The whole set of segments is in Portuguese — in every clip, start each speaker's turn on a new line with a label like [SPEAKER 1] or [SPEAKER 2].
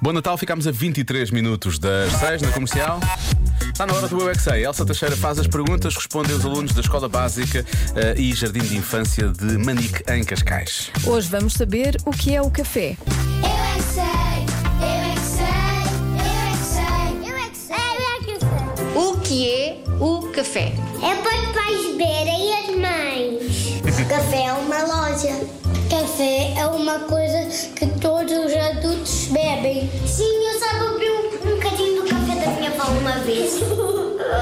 [SPEAKER 1] Bom Natal, ficámos a 23 minutos das 6 na comercial. Está na hora do Eu é Que Sei. Elsa Teixeira faz as perguntas, responde aos alunos da Escola Básica eh, e Jardim de Infância de Manique, em Cascais.
[SPEAKER 2] Hoje vamos saber o que é o café.
[SPEAKER 3] Eu é que sei, eu é que sei, eu é que sei, eu é que sei, eu é que sei.
[SPEAKER 4] O que é o café?
[SPEAKER 3] É para os pais beberem e as mães. Café é uma loja. Café é uma coisa que todos os adultos bebem. Sim, eu só bebi um, um bocadinho do café da minha avó uma vez.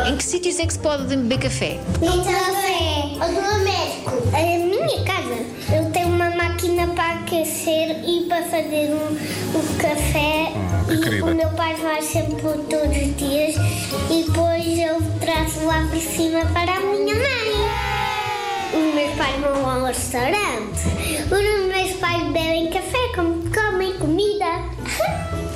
[SPEAKER 4] Em que sítios é que se pode beber café?
[SPEAKER 3] No café, ou no México. Na É minha casa, eu tenho uma máquina para aquecer e para fazer um, um café.
[SPEAKER 1] que
[SPEAKER 3] e
[SPEAKER 1] querida.
[SPEAKER 3] o meu pai faz sempre todos os dias. E depois eu trago lá por cima para a minha mãe. Os meus pais vão ao um restaurante. Os meus pais bebem café, com- comem comida.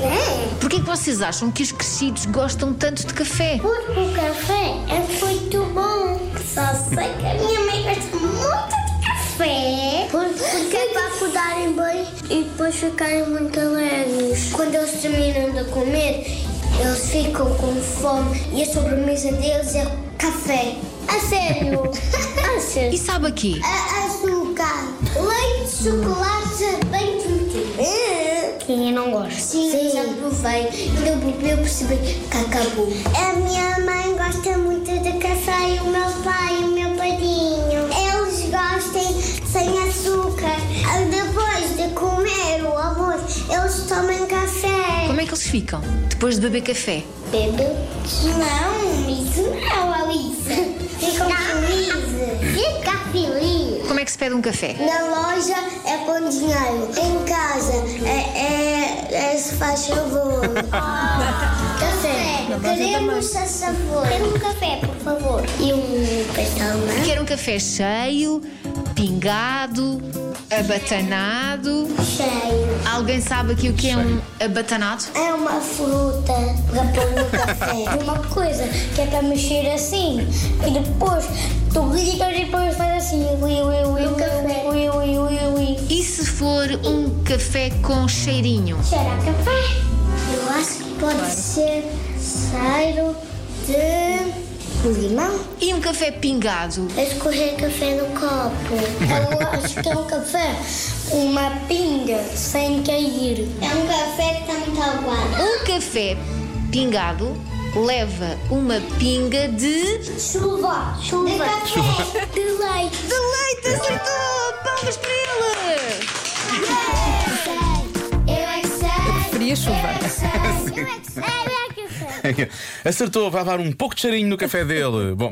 [SPEAKER 3] É.
[SPEAKER 4] Porquê que vocês acham que os crescidos gostam tanto de café?
[SPEAKER 3] Porque o café é muito bom. Só sei que a minha mãe gosta muito de café. Porque é para acordarem bem e depois ficarem muito alegres. Quando eles terminam de comer, eles ficam com fome e a sobremesa deles é café. A sério? a sério?
[SPEAKER 4] E sabe aqui?
[SPEAKER 3] A- açúcar, leite, chocolate, bem tudo. É. Quem não gosta? Sim, já provei. Quando eu bebi, eu percebi que acabou. A minha mãe gosta muito de café e o meu pai e o meu padrinho. Eles gostam sem açúcar. Depois de comer o almoço, eles tomam café.
[SPEAKER 4] Como é que eles ficam depois de beber café?
[SPEAKER 3] Bebe? Não, isso não, Alisa. Fica feliz. Fica feliz.
[SPEAKER 4] Como é que se pede um café?
[SPEAKER 3] Na loja é com dinheiro. Em casa é, é, é se faz favor. café. Queremos a sabor. Tem um café, por favor. E um pastel, não
[SPEAKER 4] Quer um café cheio, pingado, abatanado?
[SPEAKER 3] Cheio.
[SPEAKER 4] Alguém sabe aqui o que é um abatanado?
[SPEAKER 3] É uma fruta para pôr no café. uma coisa que é para mexer assim. E depois tu gritas e depois faz assim. Ui, ui, ui, ui, ui, ui, ui, ui.
[SPEAKER 4] E se for um café com cheirinho?
[SPEAKER 3] Será café? Eu acho que pode ser cheiro de limão.
[SPEAKER 4] E um café pingado?
[SPEAKER 3] Escorrer café no copo. Eu acho que é um café, uma pinga sem cair. É um café que está muito aguado.
[SPEAKER 4] Um café pingado leva uma pinga de.
[SPEAKER 3] Chuva. Chuva. De café. De leite.
[SPEAKER 4] De leite acertou! Palmas para ele!
[SPEAKER 3] é Eu é que sei.
[SPEAKER 2] Preferia chuva.
[SPEAKER 3] Eu é que sei. Eu é que sei. Eu é que sei.
[SPEAKER 1] Acertou, vai dar um pouco de cheirinho no café dele. Bom,